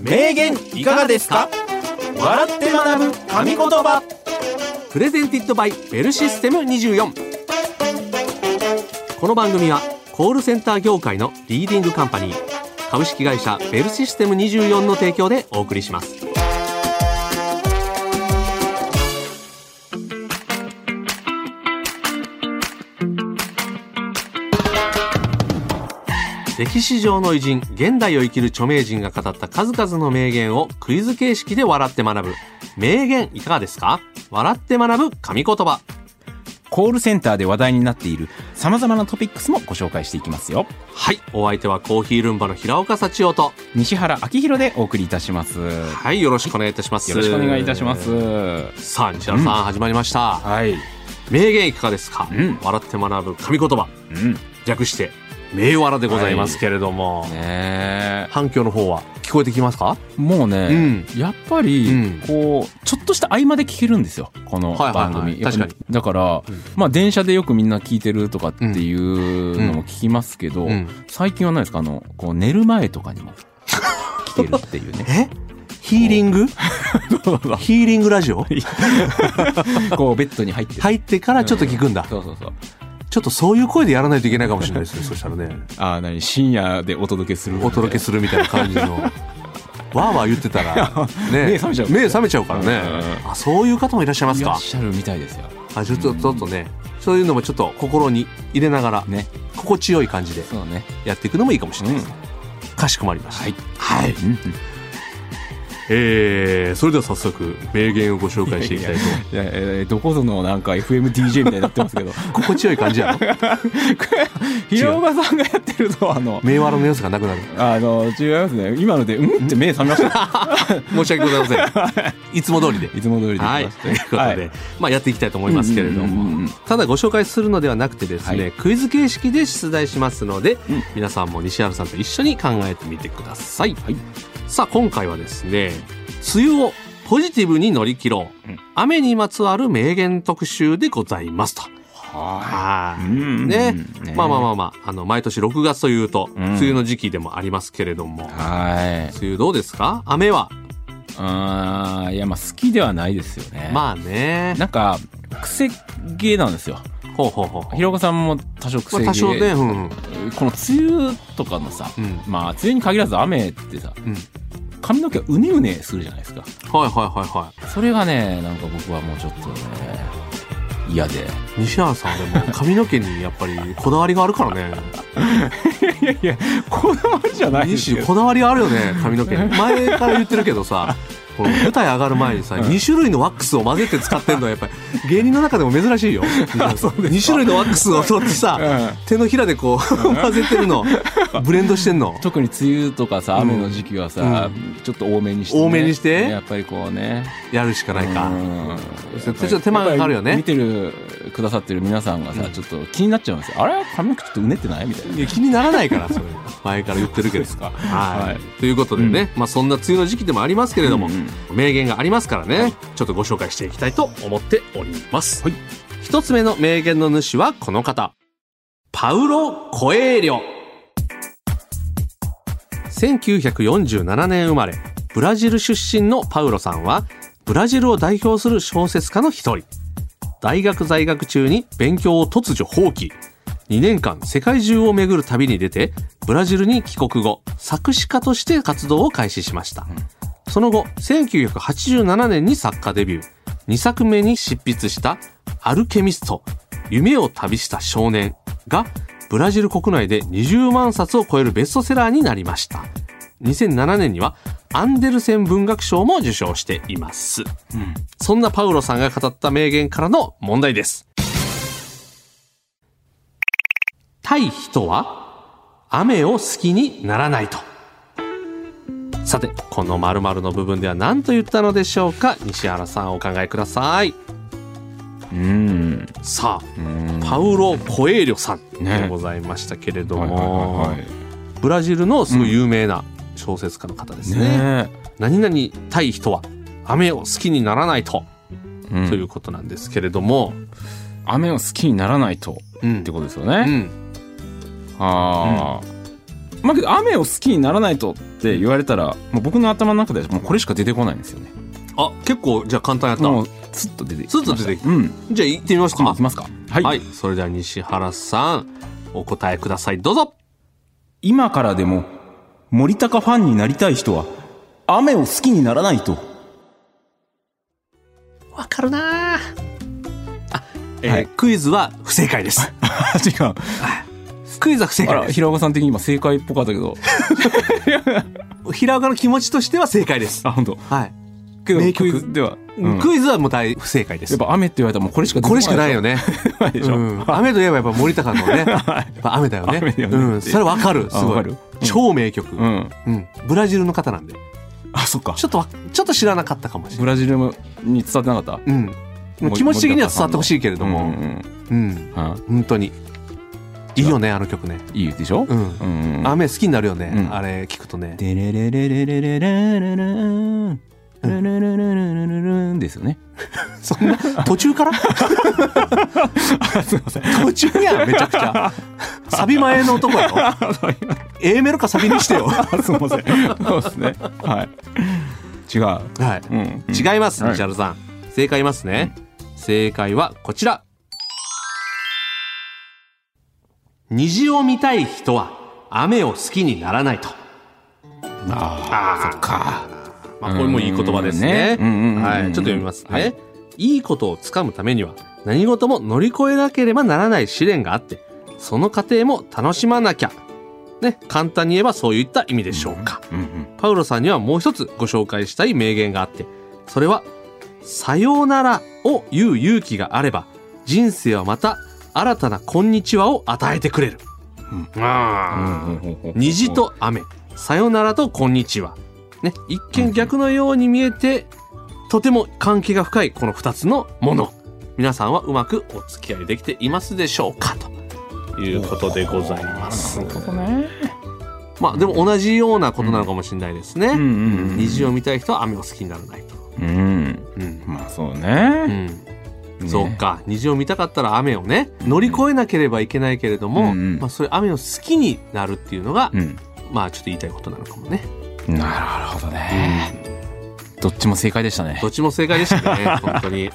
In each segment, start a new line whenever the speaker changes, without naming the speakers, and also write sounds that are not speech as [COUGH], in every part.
名言いかがですか笑って学ぶ神言葉プレゼンティッドバイベルシステム24この番組はコールセンター業界のリーディングカンパニー株式会社ベルシステム24の提供でお送りします歴史上の偉人現代を生きる著名人が語った数々の名言をクイズ形式で笑って学ぶ名言いかがですか笑って学ぶ神言葉
コールセンターで話題になっている様々なトピックスもご紹介していきますよ
はいお相手はコーヒールンバの平岡幸男と
西原明宏でお送りいたしますよ
はいよろしくお願いいたします
ろしくお願いいたします
さあ西原さん、始まりました
はい
名言いかがですか、
うん
笑って学ぶ神言葉
うんね
略して名わらでございますけれども、
え
反響の方は聞こえてきますか
もうね、やっぱ
う
り、
ん
こうちょっとした合間で聞けるんですよこ
は
の
いはいはい
番組、
確かに
やっぱだから、まあ電車でよくみんな聞いてるとかっていうのも聞きますけど、
うん
最近はないですかあのこう寝る前とかにも聞けるっていうね
[LAUGHS] えヒーリング
[LAUGHS]
ヒーリングラジオ
こうベッドに入って
入ってからちょっと聞くんだ、
そうそうそう
ちょっとそういう声でやらないといけないかもしれないですねそしたらね
ああ何深夜でお届けする
お届けするみたいな感じの
[LAUGHS]
わーわー言ってたら、ね、
目覚めちゃう
目覚めちゃうからね
う
あそういう方もいらっしゃいます
いら
か
っしゃるみたいですよ
あちょっとちょっとねそういうのもちょっと心に入れながら
ね
心地よい感じで
そうね
やっていくのもいいかもしれないです、かしこまりました
はい
はい
うんうん
えー、それでは早速名言をご紹介していきたいと思い
[LAUGHS]
ます
いやえーどこぞのなんか FMDJ みたいになってますけ [LAUGHS] ど
心地よい感じやろ
[LAUGHS] 平岡さんがやってるとあの
名和の良さがなくなる
[LAUGHS] あの違いますね今のでうんって目覚めました [LAUGHS]
申し訳ございませんいつも通りで
いつも通りできま
はい、
した
ということで、
はい
まあ、やっていきたいと思いますけれども、
うんうんうんうん
ただご紹介するのではなくてですね、
はい
クイズ形式で出題しますので、
うん
皆さんも西原さんと一緒に考えてみてください、
はい
さあ今回はですね梅雨をポジティブに乗り切ろう、
うん
雨にまつわる名言特集でございますと
は
はい
うん
ね
ね
まあまあまあまああの毎年6月というと、
うん
梅雨の時期でもありますけれども、梅
はい
雨どうですか雨は、
あーいやまあ好きではないですよね
まあね
なんか癖毛なんですよ
ほうほうほうほう
平岡さんも多少
ま
癖
あ
毛、
多少ねうんうん
この梅雨とかのさ、
うん
まあ梅雨に限らず雨ってさ
うん
髪の毛がうねうねするじゃないですか
はいはいはいは
それがねなんか僕はもうちょっとね嫌で
い西原さんでも髪の毛にやっぱりこだわりがあるから
[LAUGHS]
ね
いやいやこだわりじゃないです
西
よ
こだわりあるよね髪の毛に前から言ってるけどさこの舞台上がる前にさ、2種類のワックスを混ぜて使ってんのはやっぱり芸人の中でも珍
[LAUGHS]
しいよ2種類のワックスを取ってさ、手のひらでこう
[LAUGHS]
混ぜてるのブレンドしてんの
特に梅雨とかさ
うん
雨の時期はさ、ちょっと多めにしてね、
多めにして
やっぱりこうね
やるしかないか、
うん
ちょっと手間がかかるよね
やっぱり見てるくださってる皆さんがさ、ちょっと気になっちゃうんですよあれ髪の毛ちょっとうねってないみたいない
や気にならないからそれ前から言ってるけど
そうですか
はい
はい
ということでね、まあ、そんな梅雨の時期でもありますけれども、
うんうん
名言がありますからね、ちょっとご紹介していきたいと思っております、
はい
一つ目の名言の主はこの方パウロ・コエーリョ1947年生まれブラジル出身のパウロさんはブラジルを代表する小説家の一人大学在学中に勉強を突如放棄2年間世界中を巡る旅に出てブラジルに帰国後作詞家として活動を開始しましたその後1987年に作家デビュー2作目に執筆した「アルケミスト夢を旅した少年」がブラジル国内で20万冊を超えるベストセラーになりました2007年にはアンデルセン文学賞も受賞しています、そんなパウロさんが語った名言からの問題です対人は雨を好きにならないとさてこの〇〇の部分では何と言ったのでしょうか西原さんお考えください
うん
さ
う
あ
ん
パウロ・コエーリョさん
ね
でございましたけれど
はいはい
も
はいはい
ブラジルのすごい有名な小説家の方ですね
ね
何々対人は雨を好きにならないと
え、うん
ということなんですけれども、
雨を好きにならないと
うん
ってことですよ
う
ね、
ん
ああまあけど雨を好きにならないとって言われたら、もう僕の頭の中ではもうこれしか出てこないんですよね。
あ結構じゃあ簡単やった
もうスッと出てきました
スッと出てきた
うん。
じゃあ行ってみますか
いきますか。はい。
はい、それでは西原さんお答えくださいどうぞ
今からでも森高ファンになりたい人は雨を好きにな
[LAUGHS]
らないと。
わかるなあ、えー
はい
クイズは不正解です
違う。
クイズは不正
あ
解
ら、
です
平岡さん的に今正解っぽかったけど。
平岡の気持ちとしては正解です
[LAUGHS] あ、本当。
はい、
けど
名
ク
曲
イズでは、うんや
クイズはもう大不正解です
っぱ雨って言われたらもうこれしか出
こ
てこな
れ
い。
しかないよね
[LAUGHS] ないでしょ。
うん、雨といえばやっぱ森高の
[LAUGHS]
ねやっぱ雨だよね
雨だよね
うん、それわかるす
あ
ご
わ
い、
かるうん
超名曲、
う
うん
ん。
ブラジルの方なんで
あ、そっか。
ちょっとわちょっと知らなかったかもしれ
ブ
ない、
ラジルに伝わってなかった
うん、もう気持ち的には伝わってほしいけれども、
うんうん
うん、
うんは
本当にいいよねあの曲ね、
いいいでしょ
う。ん
うん
雨好きになるよね、
うん
あれ聞くとね
でれれれれれれれれれれんれれれれれれれれんですよね。
そんな途中
[LAUGHS]
から
すみません。
途中やんめちゃくちゃサビ前の男やろ A メロかサビにしてよは
すみません。そうですね。はい。違う。
い
うん。
違います、
はい
西原さん正解言いますね、正解はこちら虹を見たい人は雨を好きにならないと
あ
あ
あ。か。
まあ、これもいい言葉ですね
うんうんうんうん
はいちょっと読みますね、い、いことをつかむためには何事も乗り越えなければならない試練があってその過程も楽しまなきゃね簡単に言えばそういった意味でしょうか、
うんうん。
パウロさんにはもう一つご紹介したい名言があって、それは、さようならを言う勇気があれば、人生はまた新たなこんにちはを与えてくれる。あー虹。と雨、さよならとこんにちは。ね、一見逆のように見えて、とても関係が深いこの二つのもの。皆さんはうまくお付き合いできていますでしょうかということでございます。
ね。
まあでも同じようなことなのかもしれないですね。
うんうんうん
虹を見たい人は雨を好きにならないと。
うん。
うん。
まあそう
う
ね。
ん。
ね
そう。か。虹を見たかったら雨をね、乗り越えなければいけないけれども、
うんうん
まあそれ雨を好きになるっていうのが、
うん。
まあちょっと言いたいことなのかもね。
なるほどね。どっちも正解でしたね
ど。っちも正解でした
[LAUGHS]
ね、本当に。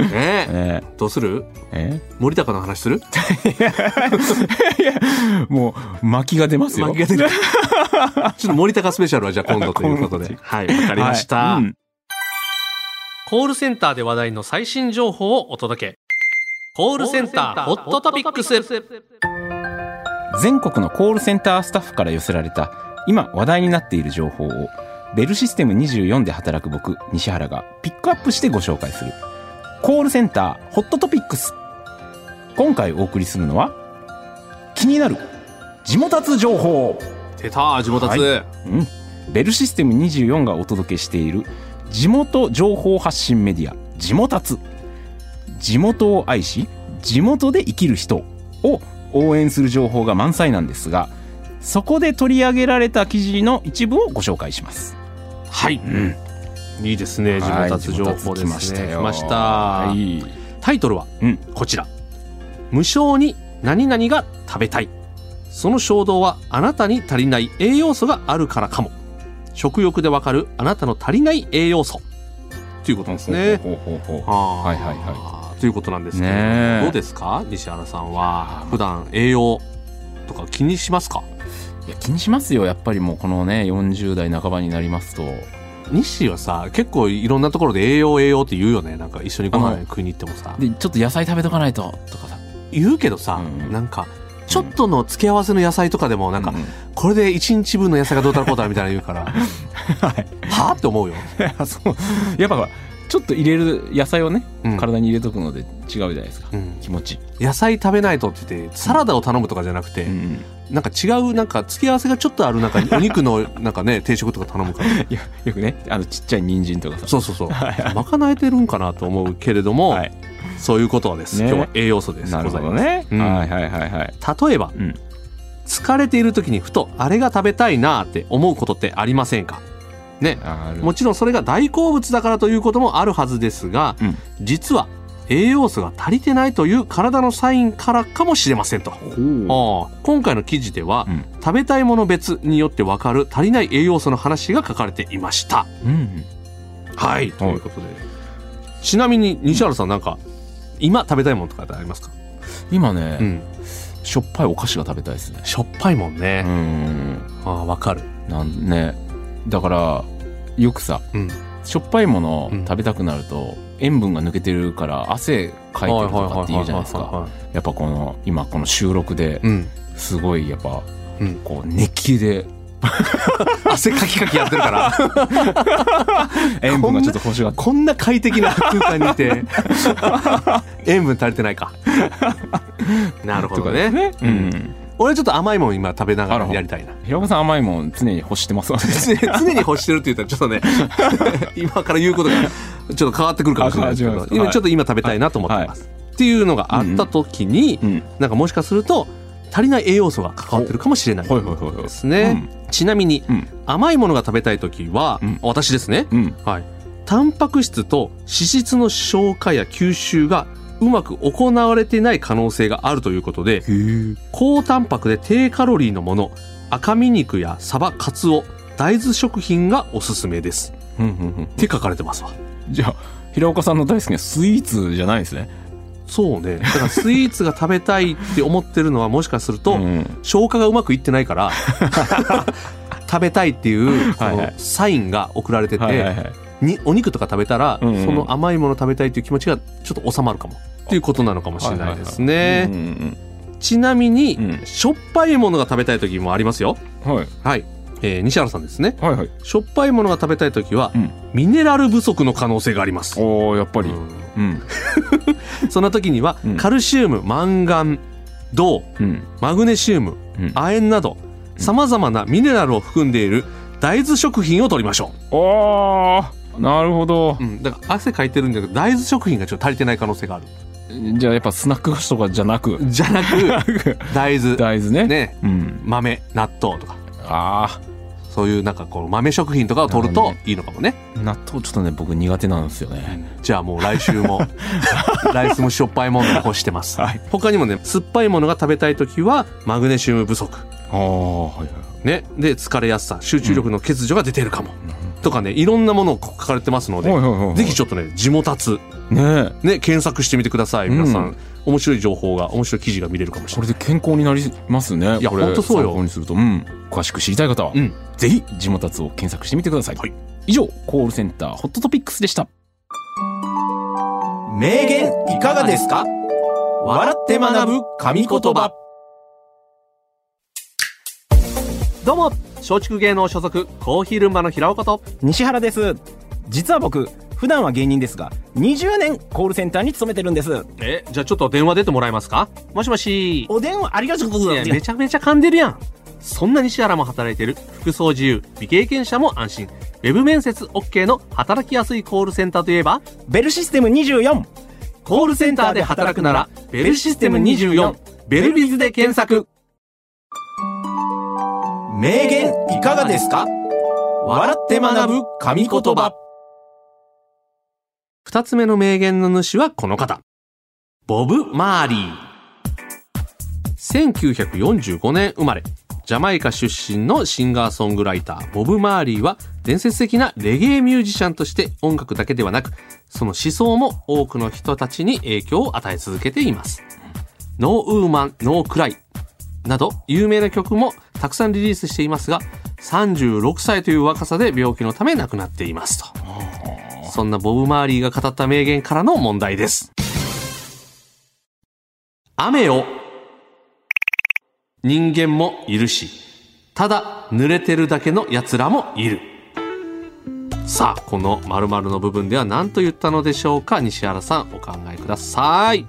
ねえ、
え
どうする
え。
森高の話する
[LAUGHS] もう巻きが出ますよ。
巻きが出るちょっと森高スペシャルはじゃあ今度ということ
[LAUGHS] 今
で
度。
はい、わかりました。
はいうん
コールセンターで話題の最新情報をお届け。コールセンターホットトピックス。
全国のコールセンタースタッフから寄せられた今話題になっている情報をベルシステム24で働く僕西原がピックアップしてご紹介するコールセンターホットトピックス今回お送りするのは気になる地元達情報
出た地元達、
はうん、ベルシステム24がお届けしている地元情報発信メディア「地元つ」地元を愛し地元で生きる人を応援する情報が満載なんですがそこで取り上げられた記事の一部をご紹介します。
はい、
ん、
いいですね地元達情報ですね、
来ましたよ。
来ました
はい、
タイトルは
うん
こちら、無償に何々が食べたいその衝動はあなたに足りない栄養素があるからかも食欲でわかるあなたの足りない栄養素ということですね
ほうほうほうほう
は
はいはいは
ということなんですけど、
ねえ
どうですか西原さんは普段栄養とか気にしますか
いや気にしますよやっぱりもうこのね40代半ばになりますと
西はさ結構いろんなところで栄養栄養って言うよねなんか一緒にご
う
飯
ん
食いに行ってもさ
でちょっと野菜食べとかないととかさ
言うけどさ、
うん
なんかちょっとの付け合わせの野菜とかでもなんか、
う
これで1日分の野菜がどうたらこうたらみたいな言うからはあって思うよ
[LAUGHS] あそうやっぱほらちょっと入れる野菜をね、
うん
体に入れとくので違うじゃないですか、
うん
気持ち、
野菜食べないとって言ってサラダを頼むとかじゃなくて、なんか違うなんか付け合わせがちょっとあるなんかお肉のなんかね定食とか頼むから
よよくねあのちっちゃい人参とかさ
そうそうそう [LAUGHS] まかないてるんかなと思うけれども、
はい
そういうことです、
ね
今日は栄養素です
なるほ
ご
ど
ざい
ね、
うん
はいはいはいはい、
ます例えば
うん、
疲れている時にふとあれが食べたいなーって思うことってありませんかね
ある
もちろんそれが大好物だからということもあるはずですが、
うん
実は栄養素が足りてないという体のサインからかもしれませんと。
ほ
ああ今回の記事では、
うん
食べたいもの別によってわかる足りない栄養素の話が書かれていました。
う。うん。
はい、ということでちなみに西原さんなんか今食べたいものとかってありますか、
今ね、
うん、
しょっぱいお菓子が食べたいですね。
しょっぱいもん
う
ね、
ん。
ああわかる、
なんね。だから、よくさ、
うん、
しょっぱいものを
うん
食べたくなると、塩分が抜けてるから汗かいてるとかって言うじゃないです
はは
か。
ははは
やっぱこの、今この収録で
い、うん
すごいやっぱ、
うん
こう、熱気で
汗かきかきやってるから
塩分がちょっと欲しがって。
こんな快適な空間にいて塩分足りてないかなるほどね
う
うん
ん。
俺ちょっと甘いもん今食べなが
あ
ら
ら
やりたいな
平子さん甘いもん常に欲してますわね。
常に欲してるって言ったらちょっとね
[LAUGHS]
今から言うことがちょっと変わってくるかもしれないですけ
あ変
ど
わります
今ちょっと今食べたいなと思ってます、っていうのがあった時に、
うん。
なんかもしかすると足りない栄養素が関わってるかもしれない
ほいほいほいほい
ですね、ちなみに
うん。
甘いものが食べたい時は、
うん
私ですね、
うん。
はい、タンパク質と脂質の消化や吸収がうまく行われてない可能性があるということで
へえ。
高タンパクで低カロリーのもの赤身肉やサバカツオ大豆食品がおすすめですっ
うんうんうん。
て書かれてますわ
じゃあ、平岡さんの大好きなスイーツじゃないですね。
そうねだからスイーツが食べたいって思ってるのはもしかすると、
うん
消化がうまくいってないから
[LAUGHS]
食べたいっていうこ
はいはい
のサインが送られてて、
はいはいはい。
にお肉とか食べたら、
うんうん
その甘いもの食べたいという気持ちがちょっと収まるかもっていうことなのかもしれないですね、
うんうん
ちなみに、
うん
しょっぱいものが食べたい時もありますよ
うん。はい。
はい、えー西原さんですね
はいはい。
しょっぱいものが食べたい時は、
うん
ミネラル不足の可能性があります
おおやっぱり。
う
うん。
ん
うん。
そんな時には、
うん
カルシウムマンガン銅
うん。
マグネシウム亜鉛などさまざまなミネラルを含んでいる大豆食品を取りましょ
おーなるほど
う、う。ん、だから汗かいてるんだけど大豆食品がちょっと足りてない可能性がある
じゃあやっぱスナック菓子とかじゃなく、
じゃなく大豆
[LAUGHS] 大豆ね。
ね
うん。
豆納豆とか
あ
そういうなんかこう豆食品とかを取る
な
と
るほど
いいのかもね
あ、納豆ちょっとね、僕苦手なんですよね。
じゃあもう来週もライスもしょっぱいものを欲してます、
はい
他にもね酸っぱいものが食べたい時はマグネシウム不足
ああ、はいはい。
ねで疲れやすさ集中力の欠如が出てるかも、とかねいろんなものを書かれてますので、
はいはいはい。
ぜひちょっとね地もたつ
ねえ。
ね、検索してみてください。皆さん、
うん
面白い情報が、面白い記事が見れるかもし
こ
れな
れ
い。
で健康になりますね。
いや
これ
ほんとそうよ
参考にすると。うん。詳しく知りたい方は、
うん
ぜひ、地元達を検索してみてください。
はい
以上、コールセンターホットトピックスでした。
名言いかがですか笑って学ぶ神言葉。
どうも、松竹芸能所属、コーヒールンバの平岡と、
西原です実は僕普段は芸人ですが20年コールセンターに勤めてるんです
え、じゃあちょっと電話出てもらえますかもしもし。
お電話ありがとうござい
いや
ま
め
す
ちゃめちゃ噛んでるやん。そんな西原も働いてる、服装自由、未経験者も安心。ウェブ面接 OK の働きやすいコールセンターといえば、
ベルシステム24
コールセンターで働くなら、ベルシステム24、ベルビズで検索。
名言いかがですか笑って学ぶ神言葉
二つ目の名言の主はこの方。ボブ・マーリー。1945年生まれ、ジャマイカ出身のシンガーソングライター、ボブ・マーリーは伝説的なレゲエミュージシャンとして音楽だけではなく、その思想も多くの人たちに影響を与え続けています。ノーウーマン、ノークライなど有名な曲もたくさんリリースしていますが、36歳という若さで病気のため亡くなっていますと。そんなボブ・マーリーが語った名言からの問題です。雨を人間もいるし、ただ濡れてるだけの奴らもいる。さあ、この〇〇の部分では何と言ったのでしょうか西原さん、お考えください。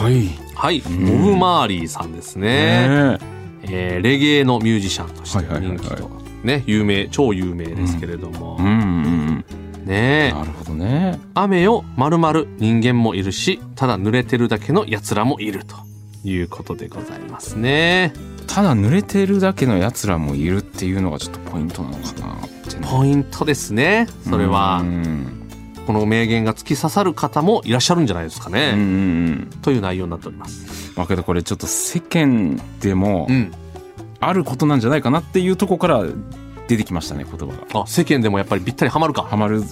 はい。
はい、ボブ・マーリーさんですね。えーレゲエのミュージシャンとして
はいはいはい
人
はい
気と、ね、有名、超有名ですけれども
う。んうん
ねえ
うん。なるほどね。
雨をまるまる人間もいるしただ濡れてるだけの奴らもいるということでございますね
ただ濡れてるだけの奴らもいるっていうのがちょっとポイントなのかなってね
ポイントですねそれは
うん
ここの名言が突き刺さる方もいらっしゃるんじゃないですか
うんう
ね、
ん
という内容になっております。
まあけどこれちょっと世間でも
うん、
あることなんじゃないかなっていうとこから出てきましたね言葉が
あ世間でもやっぱりぴったりはまる
ハ
か
マるん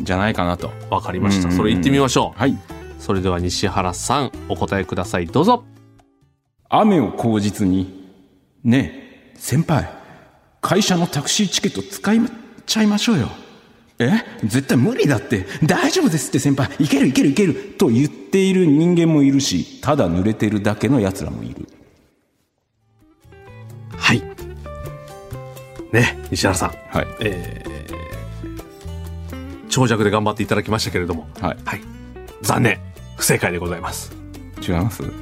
じゃないかなと
わかりまし
う
た
んうんうん
それ言ってみましょ
はいう
それでは西原さんお答えくださいどうぞ
雨を口実にねえ先輩会社のタクシーチケット使いちゃいましょうよえ絶対無理だって大丈夫ですって先輩いけるいけるいけると言っている人間もいるしただ濡れてるだけのやつらもいる
はいね西原さん
はい
えー長尺で頑張っていただきましたけれども
はい
はい残念不正解でございます
違います
違い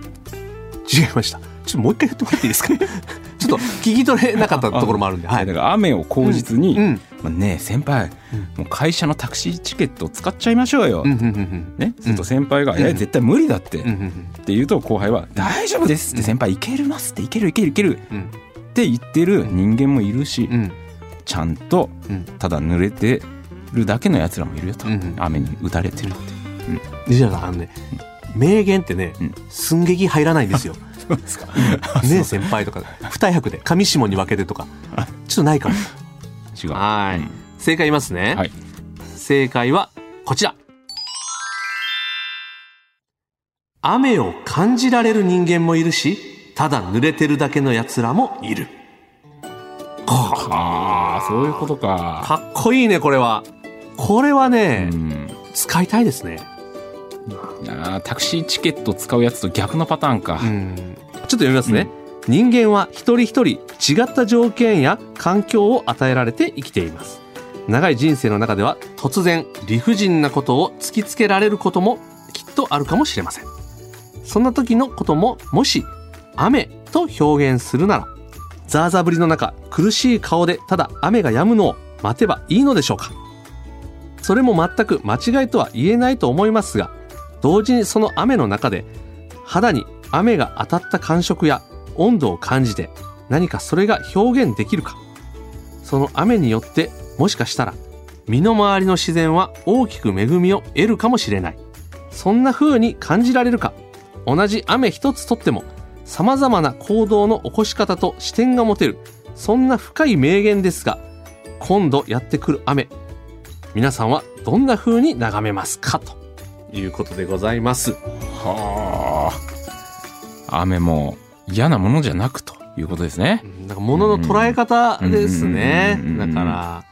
ましたちょっともう一回言ってもらっていいですか [LAUGHS] ちょっと聞き取れなかったところもあるんでは
だ
い
から雨を口実に、
うんうん
まあ、ねえ先輩、もう会社のタクシーチケット使っちゃいましょうよ、
うんうんうんうん
ね、すると先輩が「え絶対無理だって」
うんう
っ
んうん
て言うと後輩は「大丈夫です」って先輩「いけるます」って「いけるいけるいける」
うん
って言ってる人間もいるし、
うん
ちゃんと
うん
ただ濡れてるだけのやつらもいるよと、
うんうん
雨に打たれてるって
西原さんあのね名言ってね、
うん
寸劇入らないんですよ。
そうですか
[LAUGHS] ね先輩とか、二役で、上下に分けてとか、ちょっとない
[LAUGHS]
から。
違う
は
うん
い。正解いますね。
はい
正解はこちら。雨を感じられる人間もいるし、ただ濡れてるだけの奴らもいる。か
ああそういうことか、
かっこいいね、これは。これは
う
ね、
ん、
使いたいですね。
あータクシーチケット使うやつと逆のパターンか、
うんちょっと読みますね、人間は一人一人違った条件や環境を与えられて生きています長い人生の中では突然理不尽なことを突きつけられることもきっとあるかもしれませんそんな時のことももし雨と表現するならザーザー降りの中苦しい顔でただ雨が止むのを待てばいいのでしょうかそれも全く間違いとは言えないと思いますが同時にその雨の中で肌に雨が当たった感触や温度を感じて何かそれが表現できるかその雨によってもしかしたら身の回りの自然は大きく恵みを得るかもしれないそんな風に感じられるか同じ雨一つとっても様々な行動の起こし方と視点が持てるそんな深い名言ですが今度やってくる雨皆さんはどんな風に眺めますかということでございます
はあ雨も嫌なものじゃなくということですね
うんなんか物の捉え方ですね
うん。
だから、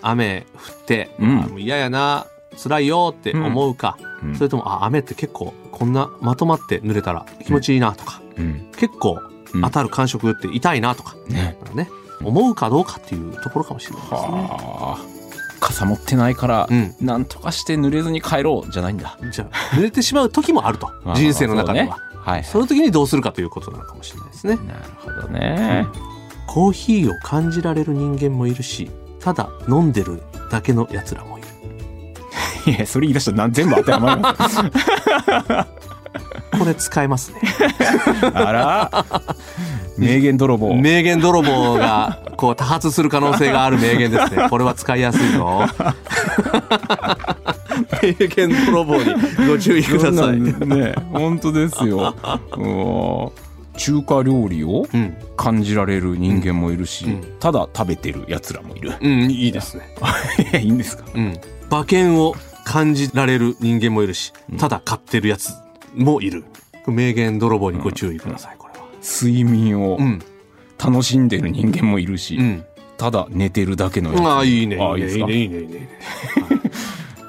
雨降って、
うん
あもう嫌やな、辛いよって思うか、
うん
それとも、あ、雨って結構こんなまとまって濡れたら気持ちいいなとか、
うん
結構
うん
当たる感触って痛いなとか、
ね
なんかね、思うかどうかっていうところかもしれないですね。
はあ傘持ってないから、
うん
なんとかして濡れずに帰ろうじゃないんだ
じゃあ、濡れてしまう時も
[LAUGHS]
あると
あ、ー
人生の中で
そ
は
う。ねはい
その時にどうするかということなのかもしれないですね。
なるほどね、
コーヒーを感じられる人間もいるし、ただ飲んでるだけの奴らもいる。
いやそれ言い出したらなん全部当てはまる
これ使えますね。
あら名言泥
[LAUGHS]
棒
名言泥棒がこう多発する可能性がある名言です [LAUGHS] ね。これは使いやすいぞ。 [LAUGHS] 名言泥棒にご注意ください。 [LAUGHS] うん。
そんなのね本当ですようん中華料理を感じられる人間もいるし、
う
ただ食べてる奴らもいる
うん、いいですね。
いやいいんですか
うん。馬券を感じられる人間もいるし、ただ買ってるやつもいる。名言泥棒にご注意ください、これは。
睡眠を
うん。
楽しんでる人間もいるし、
うん。
ただ寝てるだけの奴
ああ、いいね。
ああ
いい
いいで
ね。い
す
い
か
ね。いいね。いいね。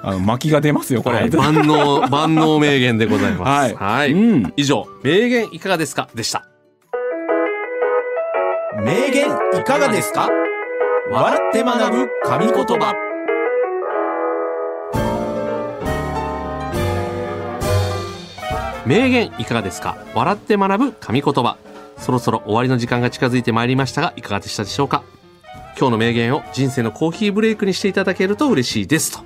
あの巻きが出ますよこれ、
はい万能、万能名言でございます。
は
はいい。
うん
以上、名言いかがですかでした。
名言いかがですか笑って学ぶ神言葉
名言いかがですか笑って学ぶ神言葉そろそろ終わりの時間が近づいてまいりましたがいかがでしたでしょうか今日の名言を人生のコーヒーブレイクにしていただけると嬉しいですと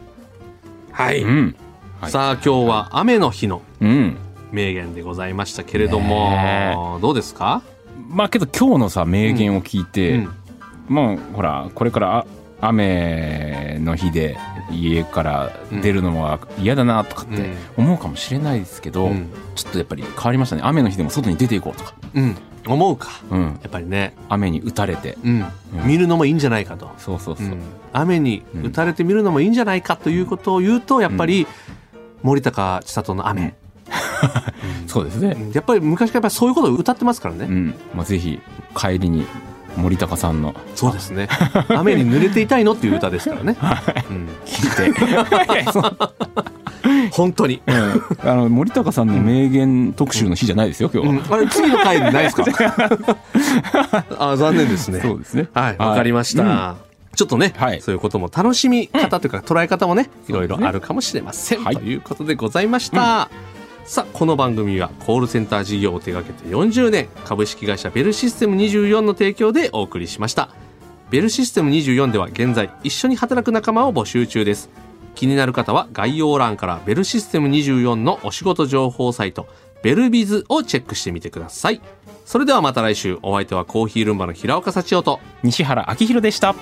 はい、
うんはい
さあ今日は雨の日の
うん
名言でございましたけれども、
ね
どうですか
まあけど今日のさ名言を聞い
う
て、
ん
もうほらこれからあ雨の日で家から出るのは嫌だなとかっ
う
て
ん
思うかもしれないですけど、
うん
ちょっとやっぱり変わりましたね雨の日でも外に出ていこうとか、
うん思うか
うん、
やっぱりね
雨に打たれて
うん見るのもいいんじゃないかと
そうそう
う
そう、
ん雨に打たれて見るのもいいんじゃないかということを言うとやっぱり森高千里の雨
そうですね、
うんやっぱり昔からやっぱそういうことを歌ってますから
う
ね
んまあ、ぜひ帰りに森高さんの
そうですね雨に濡れていたいのっていう歌ですから
[LAUGHS]
ね
聞い
[LAUGHS]
てそう
うん本当に
うんあの森高さんの名言特集の日じゃないですよ今日は、
うんあれ次の回でないです
[LAUGHS]
かあ残念ですね
そうですね
はい、わかりました。ちょっとね、
はい
そういうことも楽しみ方というか捉え方もね、いろいろあるかもしれません、
はい
ということでございました。さあ、この番組はコールセンター事業を手掛けて40年、株式会社ベルシステム24の提供でお送りしました。ベルシステム24では現在一緒に働く仲間を募集中です。気になる方は概要欄からベルシステム24のお仕事情報サイト、ベルビズをチェックしてみてください。それではまた来週、お相手はコーヒールンバの平岡幸男と、
西原明宏でした